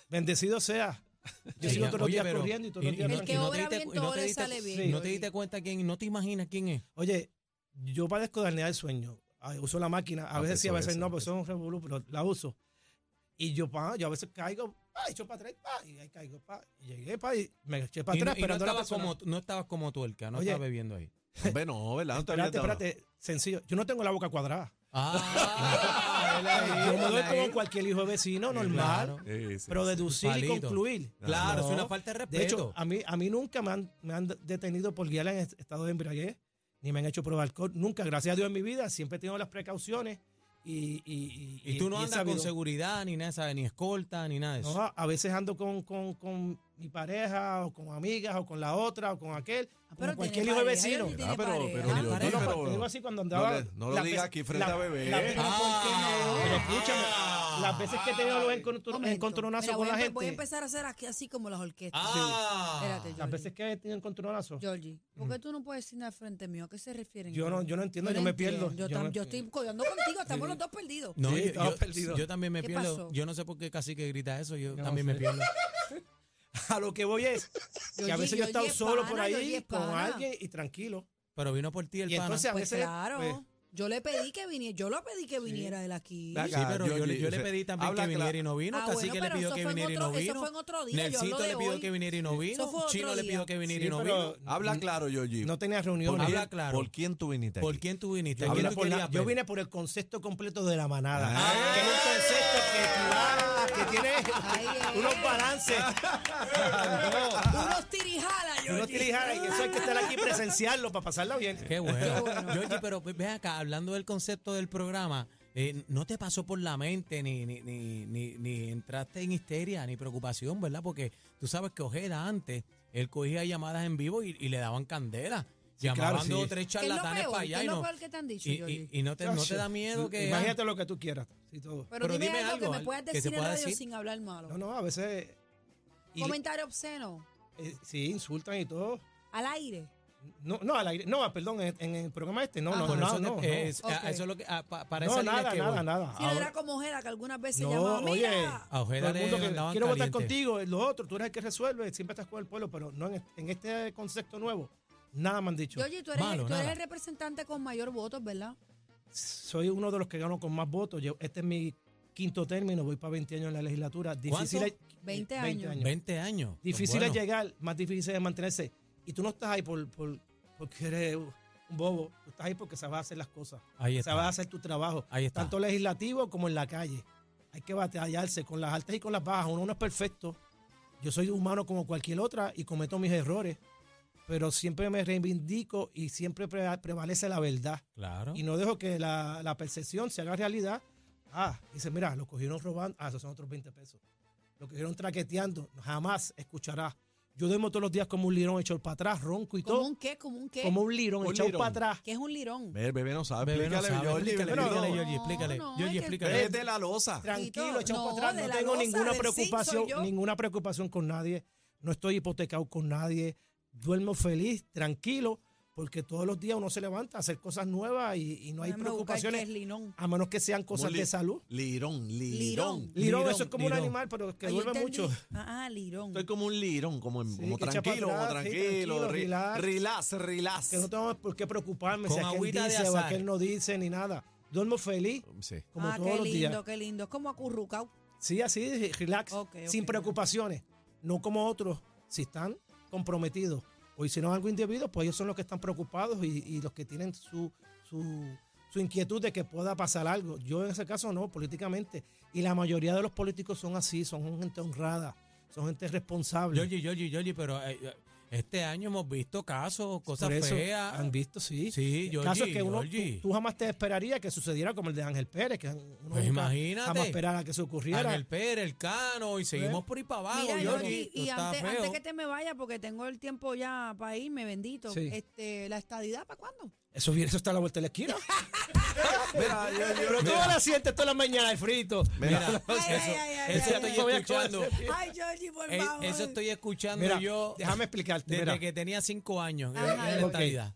S3: bendecido sea. Yo
S1: Sí,
S3: sigo todos los
S1: oye,
S3: días
S1: pero-
S3: corriendo y todos los
S1: y-
S3: días
S1: y-
S2: El que
S1: no te
S2: obra
S1: diste
S2: bien,
S1: cu- y no
S2: todo
S1: te
S2: le
S1: diste-
S2: sale bien.
S3: Sí.
S1: ¿No te diste cuenta quién? ¿No te imaginas quién es?
S3: Oye, yo padezco de apnea del sueño. Ay, Uso la máquina, a
S4: Ah,
S3: veces
S4: pues
S3: sí, a
S4: eso,
S3: veces
S4: eso,
S3: no, pues
S4: eso.
S3: son revolú, pero la uso. Y yo, pa, yo a veces caigo, pa, echo para atrás, pa, y ahí caigo, pa, y llegué, pa, y me eché para
S1: Y no,
S3: atrás,
S1: y no
S3: pero no,
S1: estabas como, no estabas como tuerca, no
S3: Oye.
S1: estabas bebiendo ahí.
S4: Hombre, no, ¿verdad? No te habías
S3: Espérate,
S4: dado.
S3: espérate, sencillo. Yo no tengo la boca cuadrada.
S1: Ah, él ahí,
S3: Yo me doy
S1: él ahí. Eh,
S3: como cualquier hijo de vecino, normal,
S1: claro.
S4: Sí, sí,
S3: pero
S4: sí.
S3: deducir y
S1: Palito.
S3: concluir.
S1: Ah, Claro,
S3: No.
S1: es una falta de respeto.
S3: De hecho, ah, a mí, a mí nunca me han, me han detenido por guiar en est- estado de embriaguez, ni me han hecho probar alcohol. Nunca, gracias a Dios en mi vida, siempre he tenido las precauciones y... Y,
S1: y tú no
S3: he
S1: andas con
S3: sabido.
S1: seguridad, ni nada, ¿sabes? ni escolta, ni nada de eso.
S3: No, ah, a- a veces ando con, con, con mi pareja o con amigas o con la otra o con aquel,
S2: Ah,
S3: con
S2: pero
S3: cualquier
S2: tiene
S3: hijo de
S2: pareja,
S3: vecino.
S2: Jordi.
S3: No,
S4: Ah, pero,
S2: Tiene
S4: pero,
S1: pareja.
S4: yo-
S1: Pareja.
S4: yo-
S3: no,
S4: pero-
S3: te digo así cuando
S4: no
S3: andaba...
S4: le- no lo
S3: las
S4: digas
S3: veces-
S4: aquí frente a bebé.
S3: las veces-
S1: Ah.
S3: Pero escúchame, las veces que he tenido los encontro-
S2: Momento.
S3: encontronazos
S2: Mira,
S3: con
S2: voy
S3: la
S2: a empe- Voy a
S3: gente,
S2: empezar a hacer aquí así como las orquestas.
S1: Ah.
S2: Espérate,
S3: las
S2: Georgie.
S3: veces que he tenido encontronazos,
S2: Georgie, ¿por qué tú no puedes decir nada frente mío? ¿A qué se refieren?
S3: Mm. yo no, yo no entiendo, yo me pierdo.
S2: Yo,
S3: no-
S2: tam- yo estoy codeando contigo, estamos los dos perdidos.
S1: No,
S3: Sí,
S1: yo,
S3: estaba
S1: yo-
S3: perdido.
S1: yo también me
S2: ¿Qué
S1: pierdo.
S2: pasó?
S1: Yo no sé por qué casi que grita eso, yo
S3: No
S1: también me
S3: sé.
S1: pierdo.
S3: A lo que voy es que a
S2: Yoyi,
S3: veces yo he
S2: Yoyi
S3: estado
S2: es
S3: solo
S2: pana,
S3: por
S2: Yoyi
S3: ahí
S2: es
S3: con
S2: pana.
S3: alguien y tranquilo.
S1: Pero vino por ti el
S3: Y
S1: pana.
S3: entonces a
S2: Pues
S3: veces.
S2: claro,
S3: pues,
S2: yo le pedí que viniera, yo lo pedí que viniera él aquí.
S4: Ve acá,
S1: Sí, pero yo,
S4: Yoyi,
S1: le- yo le
S4: o sea,
S1: pedí también
S4: habla
S1: que viniera
S4: cla-
S1: y no vino.
S2: Ah,
S1: Cacique
S2: bueno,
S1: le
S2: pero
S1: pidió
S2: eso
S1: que
S2: fue en
S1: viniera y no
S2: otro- eso
S1: vino.
S2: fue en otro día, yo hablo
S1: Nelsito
S2: de
S1: le pidió
S2: hoy.
S1: que viniera y no vino.
S2: Eso fue otro
S1: Chino le
S2: día.
S1: pidió que viniera
S3: Sí,
S1: y no
S3: pero-
S1: vino.
S4: Habla claro, Yoyi.
S3: no tenía
S4: ¿Por,
S3: reuniones.
S1: Habla
S4: quién-
S1: claro.
S4: ¿Por quién tú viniste
S1: ¿Por
S4: aquí?
S1: quién tú viniste? ¿A
S3: Habla
S1: quién tú
S3: por la-
S1: querías
S3: yo
S1: ver?
S3: vine por el concepto completo de la manada.
S4: Ah.
S3: Que es un concepto que, equivale- que
S2: Ahí
S3: tiene unos
S2: es.
S3: balances. No,
S2: Unos tirijalas,
S3: tú no
S2: Yoyi.
S3: te dijeras, y eso hay que estar aquí y presenciarlo para pasarla bien.
S1: Qué bueno. Georgie, pero ven acá, hablando del concepto del programa, eh, no te pasó por la mente ni, ni, ni, ni, ni entraste en histeria ni preocupación, ¿verdad? Porque tú sabes que Ojeda antes, él cogía llamadas en vivo y, y le daban candela. Llamaban
S3: claro,
S1: dos
S3: sí.
S1: o tres
S2: ¿Qué es lo
S1: charlatanes
S2: peor?
S1: para
S2: ¿Qué
S1: allá
S2: es
S1: y
S2: lo
S1: no,
S2: peor que te han dicho,
S1: y,
S2: Yoyi?
S1: y- y no, te, no te da miedo que...
S3: Imagínate lo que tú quieras. sí, todo.
S2: Pero, dime, algo, que me puedas
S1: que se
S2: decir en
S1: pueda
S2: radio
S1: decir.
S2: sin hablar malo.
S3: No, no, a veces. y-
S2: Comentario obsceno,
S3: eh, sí, insultan y todo.
S2: al aire.
S3: No, no, al aire. No, perdón, en, en el programa este. No,
S2: Ah,
S3: no,
S1: Por
S3: no,
S1: eso
S3: no,
S1: te-
S3: no.
S1: es- a-
S2: Ok.
S1: Eso es lo que... a- pa- para
S3: No,
S1: esa línea es
S3: nada,
S1: que
S3: nada,
S1: voy.
S3: nada.
S2: Si no
S3: Ahora-
S2: era como Ojeda, que algunas veces
S3: No,
S2: llamaba, mira,
S3: oye,
S1: A
S3: todo
S1: Ojeda
S3: el
S1: le
S3: mundo que
S1: mandaban
S3: quiero votar
S1: caliente.
S3: contigo, eh, lo otro, tú eres el que resuelve, siempre estás con el pueblo, pero no en, en este concepto nuevo. Nada me han dicho.
S2: Yoyi, tú, eres,
S1: Malo,
S2: tú eres
S1: nada.
S2: el representante con mayor votos, ¿verdad?
S3: Soy uno de los que gano con más votos. Yo- este es mi quinto término, voy para 20 años en la legislatura. Difícil es-
S2: 20 años.
S1: 20 años.
S3: Difícil es
S1: Bueno.
S3: llegar, más difícil es mantenerse. Y tú no estás ahí por, por- porque eres un bobo, tú estás ahí porque sabes hacer las cosas,
S1: Ahí está.
S3: sabes hacer tu trabajo,
S1: Ahí está.
S3: tanto legislativo como en la calle. Hay que batallarse con las altas y con las bajas. Uno no es perfecto. Yo soy humano como cualquier otra y cometo mis errores, pero siempre me reivindico y siempre pre- prevalece la verdad.
S1: Claro.
S3: Y no dejo que la, la percepción se haga realidad. Ah, dice, mira, lo cogieron robando. Ah, esos son otros 20 pesos. Lo cogieron traqueteando. Jamás escuchará Yo duermo todos los días como un lirón hecho para atrás, ronco y
S2: ¿Como
S3: todo.
S2: un qué? ¿Como un qué?
S3: Como un lirón
S4: Un
S3: echado
S4: lirón.
S3: para atrás.
S2: ¿Qué es un lirón?
S4: Ve, El bebé no sabe.
S1: Bebé no
S4: explícale,
S1: sabe,
S4: Georgie,
S1: explícale,
S4: bebé no-
S1: explícale,
S2: No,
S1: Georgie, explícale.
S2: no,
S1: Georgie,
S2: es que-
S1: explícale.
S4: Es de la losa.
S3: Tranquilo,
S2: Tito,
S3: echado
S2: no,
S3: para
S2: de
S3: atrás. No
S2: la
S3: tengo
S2: loza,
S3: ninguna
S2: del zinc soy
S3: preocupación,
S2: yo.
S3: ninguna preocupación con nadie. No estoy hipotecado con nadie. Duermo feliz, tranquilo, porque todos los días uno se levanta a hacer cosas nuevas y, y no hay
S2: Déjame buscar qué es
S3: preocupaciones,
S2: linón.
S3: a menos que sean cosas
S4: Moli-
S3: de salud.
S4: Lirón, lirón.
S2: Lirón.
S3: Lirón,
S1: Lirón,
S3: eso es como
S1: lirón.
S3: un animal, pero que
S2: Ah, yo
S3: duerme
S2: entendí.
S3: mucho.
S2: Ah, ah, lirón.
S4: Estoy como un lirón, como, en-
S3: Sí,
S4: como
S3: que echa pa'
S4: tranquilo, como
S3: atrás, sí,
S4: tranquilo.
S3: tranquilo,
S4: re-
S3: relax.
S4: relax, relax.
S3: Que no tengo por qué preocuparme
S1: Con
S3: si aquel
S1: agüita de
S3: dice o
S1: azahar.
S3: aquel no dice ni nada. Duermo feliz,
S4: Sí.
S3: como
S2: ah,
S3: todos
S2: qué
S3: los
S2: lindo,
S3: días.
S2: qué lindo. Es como acurrucado.
S3: Sí, así, relax,
S2: Ok, ok,
S3: sin
S2: ok.
S3: preocupaciones. No como otros, si están comprometidos o hicieron algo indebido, pues ellos son los que están preocupados y, y los que tienen su, su, su inquietud de que pueda pasar algo. Yo en ese caso no, políticamente. Y la mayoría de los políticos son así, son gente honrada, son gente responsable.
S1: Georgie, Georgie, Georgie, pero eh, eh, este año hemos visto casos, cosas
S3: Por eso
S1: feas.
S3: Han visto, sí.
S1: Sí, Georgie,
S3: casos que uno,
S1: Georgie.
S3: tú, tú jamás te esperaría que sucediera como el de Ángel Pérez, que uno
S1: Pues
S3: nunca
S1: imagínate.
S3: jamás esperara que se ocurriera.
S1: Ángel Pérez, el Cano, y seguimos por ahí para abajo,
S2: Mira,
S1: Georgie.
S2: Georgie,
S1: tú
S2: y
S1: estás
S2: antes,
S1: feo.
S2: antes que te me vaya, porque tengo el tiempo ya para irme, bendito.
S3: Sí.
S2: Este, ¿La estadidad para cuándo?
S3: Eso, viene- eso está a la vuelta de la esquina.
S4: Mira, yo- yo-
S3: Pero tú
S4: mira,
S3: no la sientes toda la mañana de frito.
S1: Mira,
S2: Ay, ay,
S1: eso,
S2: ay, ay,
S1: eso
S2: ay,
S1: estoy
S3: ay, ay.
S1: escuchando.
S2: Ay, Georgie, por
S1: eh,
S2: favor.
S1: eso estoy escuchando
S3: Mira,
S1: yo
S3: déjame explicarte.
S1: desde
S3: mira.
S1: que tenía cinco años. eh,
S2: Ajá.
S1: en la
S3: Ok.
S1: estadidad.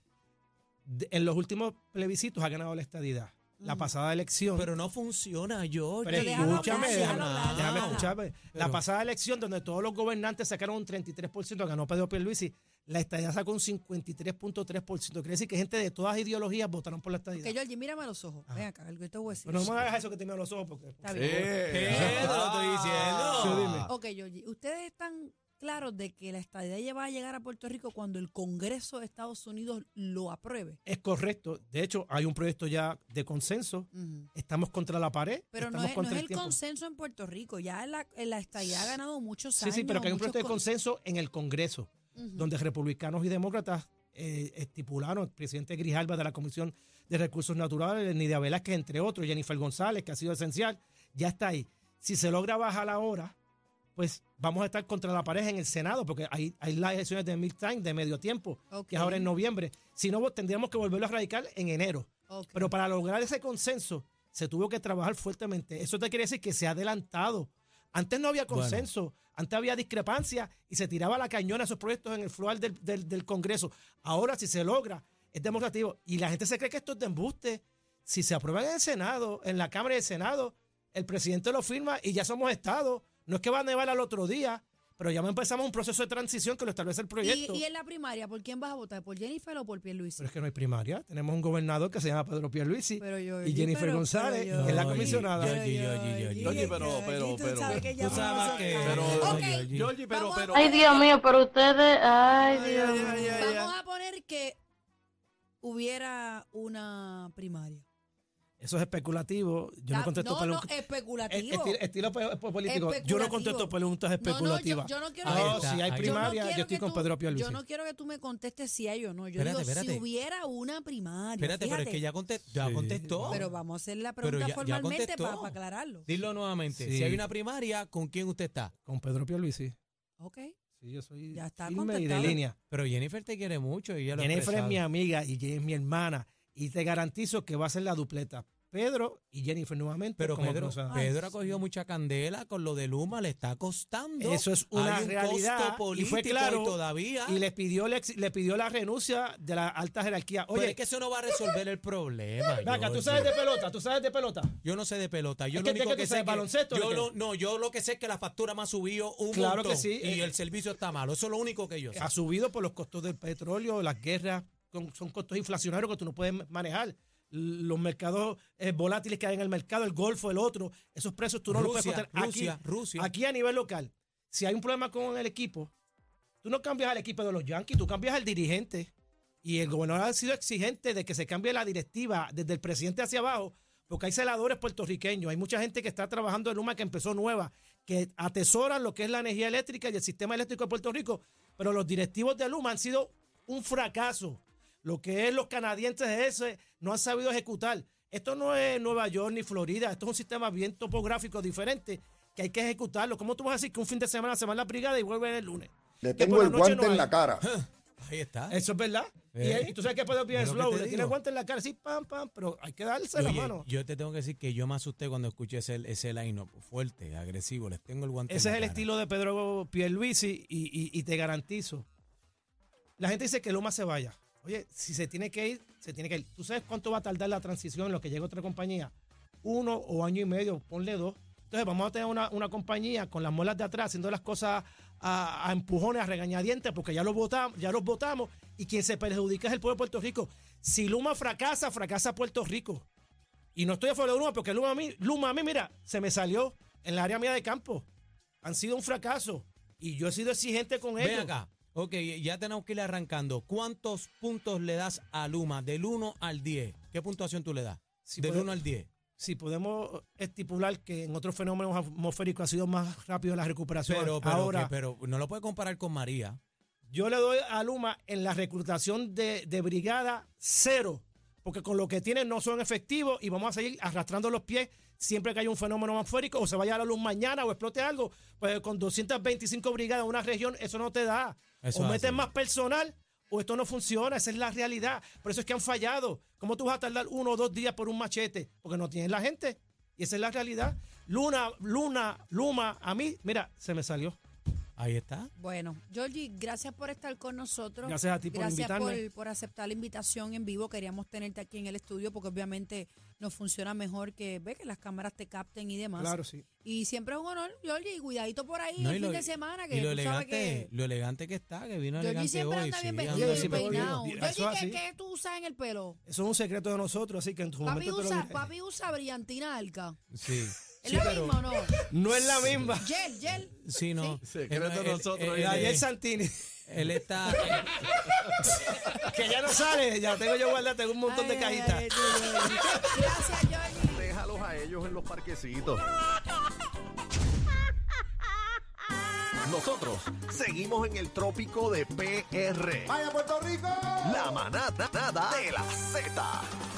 S3: De- en los últimos plebiscitos ha ganado la estadidad. La pasada elección.
S1: Mm. Pero no funciona, Georgie.
S3: Pero
S2: Pues déjalo
S3: escúchame,
S2: hablar,
S3: déjame,
S2: déjalo hablar.
S3: déjame
S2: Ah.
S3: escucharme.
S1: Pero-
S3: La pasada elección, donde todos los gobernantes sacaron un 33%, ganó Pedro Pierluisi, la estadidad sacó un 53.3%. Quiere decir que gente de todas ideologías votaron por la estadidad.
S2: Que Georgie, mírame a los ojos. Ven acá, el grito voy a decir.
S3: Pero no me hagas eso que te miro los ojos. Porque,
S2: Está bien.
S4: Eh,
S1: Eh, no lo estoy
S4: ah,
S1: diciendo.
S4: sí, dime.
S2: Ok, Georgie, ¿ustedes están claros de que la estadidad ya va a llegar a Puerto Rico cuando el Congreso de Estados Unidos lo apruebe?
S3: es correcto. De hecho, hay un proyecto ya de consenso.
S2: Ujú.
S3: Estamos contra la pared.
S2: Pero no
S3: estamos
S2: es, no
S3: contra
S2: es el,
S3: el tiempo.
S2: consenso en Puerto Rico, ya la, eh, la estadía ha ganado muchos
S3: Sí,
S2: años.
S3: sí, pero que hay un
S2: muchos
S3: proyecto de
S2: con-
S3: consenso en el Congreso,
S2: Ujú.
S3: donde republicanos y demócratas eh, estipularon, el presidente Grijalva de la Comisión de Recursos Naturales, Nidia Velázquez, entre otros, Jennifer González, que ha sido esencial, ya está ahí. Si se logra bajar ahora, pues vamos a estar contra la pared en el Senado, porque hay, hay las elecciones de midtime, de medio tiempo,
S2: Ok,
S3: que es ahora en noviembre. Si no, tendríamos que volverlo a radicar en enero.
S2: ok.
S3: Pero para lograr ese consenso se tuvo que trabajar fuertemente. Eso te quiere decir que se ha adelantado. Antes no había
S1: Bueno.
S3: consenso, antes había discrepancia y se tiraba la cañona a esos proyectos en el floor del, del- del Congreso. Ahora, si se logra, es demostrativo. Y la gente se cree que esto es de embuste. Si se aprueba en el Senado, en la Cámara del Senado, el presidente lo firma y ya somos Estado. No es que va a nevar al otro día, pero ya empezamos un proceso de transición que lo establece el
S2: ¿Y,
S3: proyecto.
S2: y en la primaria, ¿por quién vas a votar? ¿Por Jennifer o por Pierluisi?
S3: Pero es que no hay primaria. Tenemos un gobernador que se llama Pedro Pierluisi.
S2: Pero yo,
S3: y Jennifer González,
S1: que es la
S2: yo-
S3: comisionada.
S2: yo-
S1: Georgie,
S2: yo-
S1: Georgie, Georgie.
S4: Georgie, pero- pero-
S2: tú
S4: pero-
S2: sabes que ya
S1: Tú
S2: vamos
S1: sabes
S2: a
S1: que-
S2: sacar.
S4: Pero,
S2: Ok,
S1: Georgie.
S4: Georgie, pero,
S2: Vamos a-
S4: pero.
S5: Ay, Dios mío, pero ustedes, ay, Dios mío.
S4: ay, ay, ay.
S2: vamos a poner que hubiera una primaria.
S3: Eso es especulativo. Yo
S2: Ta-
S3: no contesto
S2: no, no,
S3: preguntas.
S2: especulativo.
S3: Estilo, estilo pe- pe- político. Yo no contesto
S2: Especulativo.
S3: preguntas especulativas.
S2: yo no quiero
S1: Ahí
S3: No,
S1: está,
S3: si
S1: ahí
S3: hay
S1: está.
S3: Ah, primaria, yo,
S2: quiero
S3: estoy
S2: que
S3: con
S2: tú-
S3: Pedro Pierluisi.
S2: Yo no quiero que tú me contestes si hay o no. Yo
S1: Espérate,
S2: digo,
S1: espérate.
S2: si hubiera una primaria.
S1: Espérate, pero es
S2: fíjate.
S1: que ya, conte- ya
S3: Sí.
S1: contestó.
S2: Pero vamos a hacer la
S1: Pero
S2: pregunta
S1: ya- ya
S2: formalmente
S1: contestó.
S2: para, aclararlo.
S1: Dilo nuevamente.
S3: Sí.
S1: Si hay una primaria, ¿con quién usted está?
S3: Con Pedro Pierluisi.
S2: Ok.
S3: Sí, yo soy
S2: Ya está
S3: firme y de
S2: contestado.
S3: línea.
S1: Pero Jennifer te quiere mucho. Y ella lo ha
S3: Jennifer es
S1: expresado.
S3: mi amiga y ella es mi hermana. Y te garantizo que va a ser la dupleta. Pedro y Jennifer nuevamente.
S1: Pero
S3: como
S1: Pedro,
S3: cruzada.
S2: Ah,
S1: Pedro ha cogido mucha candela con lo de Luma, le está costando.
S3: Eso es una
S1: Hay un
S3: realidad.
S1: costo político
S3: y fue claro.
S1: y todavía.
S3: Y le pidió, le, ex- le pidió la renuncia de la alta jerarquía.
S1: Oye,
S3: Oye,
S1: es que eso no va a resolver el problema.
S3: Vaca, tú
S1: Georgie.
S3: sabes de pelota, tú sabes de pelota.
S1: Yo no sé de pelota. Yo
S3: Es
S1: lo
S3: que- es
S1: único
S3: que
S1: que,
S3: tú
S1: sé
S3: sabes
S1: que-
S3: baloncesto,
S1: yo
S3: ¿de qué?
S1: lo- no, yo lo que sé es que la factura me ha subido un
S3: Claro
S1: montón.
S3: que sí,
S1: Y
S3: eh.
S1: el servicio está malo. Eso es lo único que yo sé.
S3: ha subido por los costos del petróleo, las guerras, con- son costos inflacionarios que tú no puedes manejar. L- Los mercados eh, volátiles que hay en el mercado, el Golfo, el otro, esos precios tú no los
S1: Rusia,
S3: puedes contar.
S1: Rusia, Rusia.
S3: aquí a nivel local, si hay un problema con el equipo, tú no cambias al equipo de los Yankees, tú cambias al dirigente. Y el gobernador ha sido exigente de que se cambie la directiva desde el presidente hacia abajo, porque hay celadores puertorriqueños, hay mucha gente que está trabajando en Luma que empezó nueva, que atesoran lo que es la energía eléctrica y el sistema eléctrico de Puerto Rico, pero los directivos de Luma han sido un fracaso. Lo que es los canadienses ese no han sabido ejecutar. Esto no es Nueva York ni Florida, esto es un sistema bien topográfico diferente que hay que ejecutarlo. ¿Cómo tú vas a decir que un fin de semana se van las brigadas y vuelven el lunes?
S6: Le
S3: que
S6: tengo
S3: por
S6: el
S3: noche
S6: guante
S3: no
S6: en la
S3: hay.
S6: cara.
S1: Ahí está.
S3: Eso es verdad. Y,
S1: Eh.
S3: él- y tú sabes que Pedro Pierre
S1: Es lo que
S3: Slow
S1: te
S3: le tiene
S1: digo.
S3: guante en la cara, así, pam, pam, pero hay que darse la
S1: Oye,
S3: mano.
S1: yo te tengo que decir que yo me asusté cuando escuché ese, ese line-up fuerte, agresivo. Les tengo el guante. en
S3: Ese
S1: la
S3: es el
S1: cara.
S3: estilo de Pedro Pierluisi y, y, y te garantizo. La gente dice que Luma se vaya. Oye, si se tiene que ir, se tiene que ir. ¿Tú sabes cuánto va a tardar la transición en lo que llegue otra compañía? Uno o año y medio, ponle dos. Entonces vamos a tener una, una compañía con las molas de atrás haciendo las cosas a, a empujones, a regañadientes, porque ya los votamos, ya los votamos y quien se perjudica es el pueblo de Puerto Rico. Si Luma fracasa, fracasa Puerto Rico. Y no estoy a favor de Luma porque Luma a mí, Luma a mí, mira, se me salió en la área mía de campo. Han sido un fracaso. Y yo he sido exigente con
S1: Ven
S3: ellos.
S1: acá. Ok, ya tenemos que ir arrancando. ¿Cuántos puntos le das a Luma? Del 1 al 10. ¿Qué puntuación tú le das?
S3: Si
S1: Del
S3: puede-
S1: 1 al 10.
S3: Si podemos estipular que en otros fenómenos atmosféricos ha sido más rápido la recuperación.
S1: Pero, pero,
S3: Ahora,
S1: que- pero no lo puede comparar con María.
S3: yo le doy a Luma en la reclutación de, de brigada cero. Porque con lo que tienen no son efectivos y vamos a seguir arrastrando los pies siempre que haya un fenómeno atmosférico o se vaya la luz mañana o explote algo. Pues con 225 brigadas en una región, eso no te da.
S1: Eso
S3: o
S1: es
S3: metes
S1: así.
S3: más personal o esto no funciona. Esa es la realidad. Por eso es que han fallado. ¿Cómo tú vas a tardar uno o dos días por un machete? Porque no tienes la gente. Y esa es la realidad. Luna, Luna, Luma, a mí, mira, se me salió.
S1: Ahí está.
S2: Bueno, Georgie, gracias por estar con nosotros.
S3: Gracias a ti por
S2: Gracias
S3: invitarme.
S2: por, por aceptar la invitación en vivo. Queríamos tenerte aquí en el estudio porque obviamente nos funciona mejor que ve que las cámaras te capten y demás.
S3: Claro, sí.
S2: Y siempre es un honor, Georgie, cuidadito por ahí
S1: No,
S2: el fin de semana que
S1: y lo
S2: tú sabes
S1: elegante,
S2: que
S1: lo elegante que está, que vino
S2: Georgie
S1: elegante
S2: siempre
S1: hoy.
S2: anda bien
S1: sí,
S2: vestido
S1: anda
S2: y
S3: sí, pero-
S2: peinado.
S3: Eso
S2: Georgie,
S3: es
S2: ¿qué,
S3: así.
S2: qué tú usas en el pelo?
S3: Eso es un secreto de nosotros, así que en tu
S2: Papi
S3: momento te lo
S2: usa,
S3: diré.
S2: papi usa brillantina alca.
S1: Sí.
S2: ¿Es
S1: Sí,
S2: la
S1: pero-
S2: misma o no?
S3: No es la misma.
S2: Gel, gel.
S1: Sí, no.
S4: Secreto
S1: Él- él-
S4: nosotros,
S1: él-
S4: eh,
S3: Daniel
S1: él-
S3: Santini,
S1: él está.
S3: que ya no sale, ya tengo yo guardada, tengo un montón de
S2: Ay, ay,
S3: cajitas.
S2: ay, ay, ay. Gracias, Georgie.
S4: Déjalos a ellos en los parquecitos. Nosotros seguimos en el trópico de PR.
S6: ¡Vaya Puerto Rico!
S4: La manada de la Z.